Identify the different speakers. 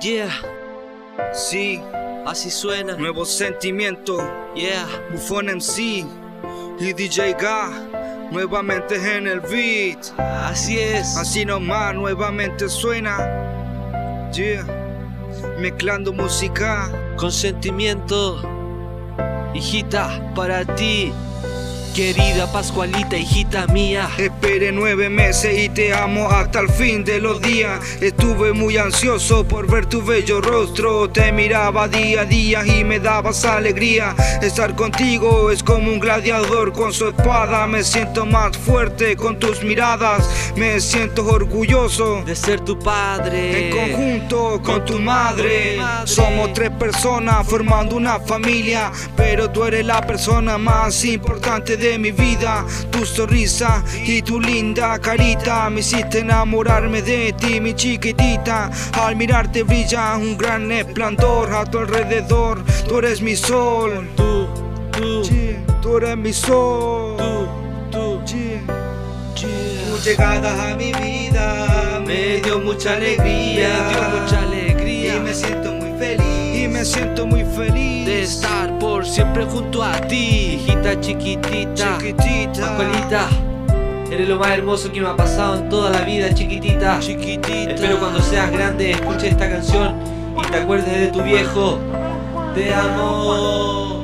Speaker 1: Yeah,
Speaker 2: Sí,
Speaker 1: así suena.
Speaker 2: nuevo sentimiento.
Speaker 1: Yeah,
Speaker 2: Bufón MC y DJ Ga. Nuevamente en el beat.
Speaker 1: así es.
Speaker 2: Así nomás nuevamente suena. Yeah. Mezclando música.
Speaker 1: Consentimiento, hijita, para ti. Querida Pascualita, hijita mía.
Speaker 2: Esperé nueve meses y te amo hasta el fin de los días. Estuve muy ansioso por ver tu bello rostro. Te miraba día a día y me dabas alegría. Estar contigo es como un gladiador con su espada. Me siento más fuerte con tus miradas. Me siento orgulloso.
Speaker 1: De ser tu padre.
Speaker 2: En conjunto con tu madre Somos tres personas formando una familia Pero tú eres la persona más importante de mi vida Tu sonrisa y tu linda carita Me hiciste enamorarme de ti, mi chiquitita Al mirarte brilla un gran esplendor a tu alrededor Tú eres mi sol
Speaker 1: Tú, tú,
Speaker 2: Yeah, Tú eres mi sol
Speaker 1: tú, tú.
Speaker 2: Yeah.
Speaker 1: Yeah.
Speaker 2: Tu llegada a mi vida Me dio mucha alegría
Speaker 1: Me dio mucha alegría.
Speaker 2: y me siento muy feliz. Y me siento muy feliz.
Speaker 1: de estar por siempre junto a ti, hijita chiquitita.
Speaker 2: chiquitita.
Speaker 1: Pascualita, eres lo más hermoso que me ha pasado en toda la vida, chiquitita.
Speaker 2: Chiquitita.
Speaker 1: Espero cuando seas grande escuches esta canción y te acuerdes de tu viejo. Te amo.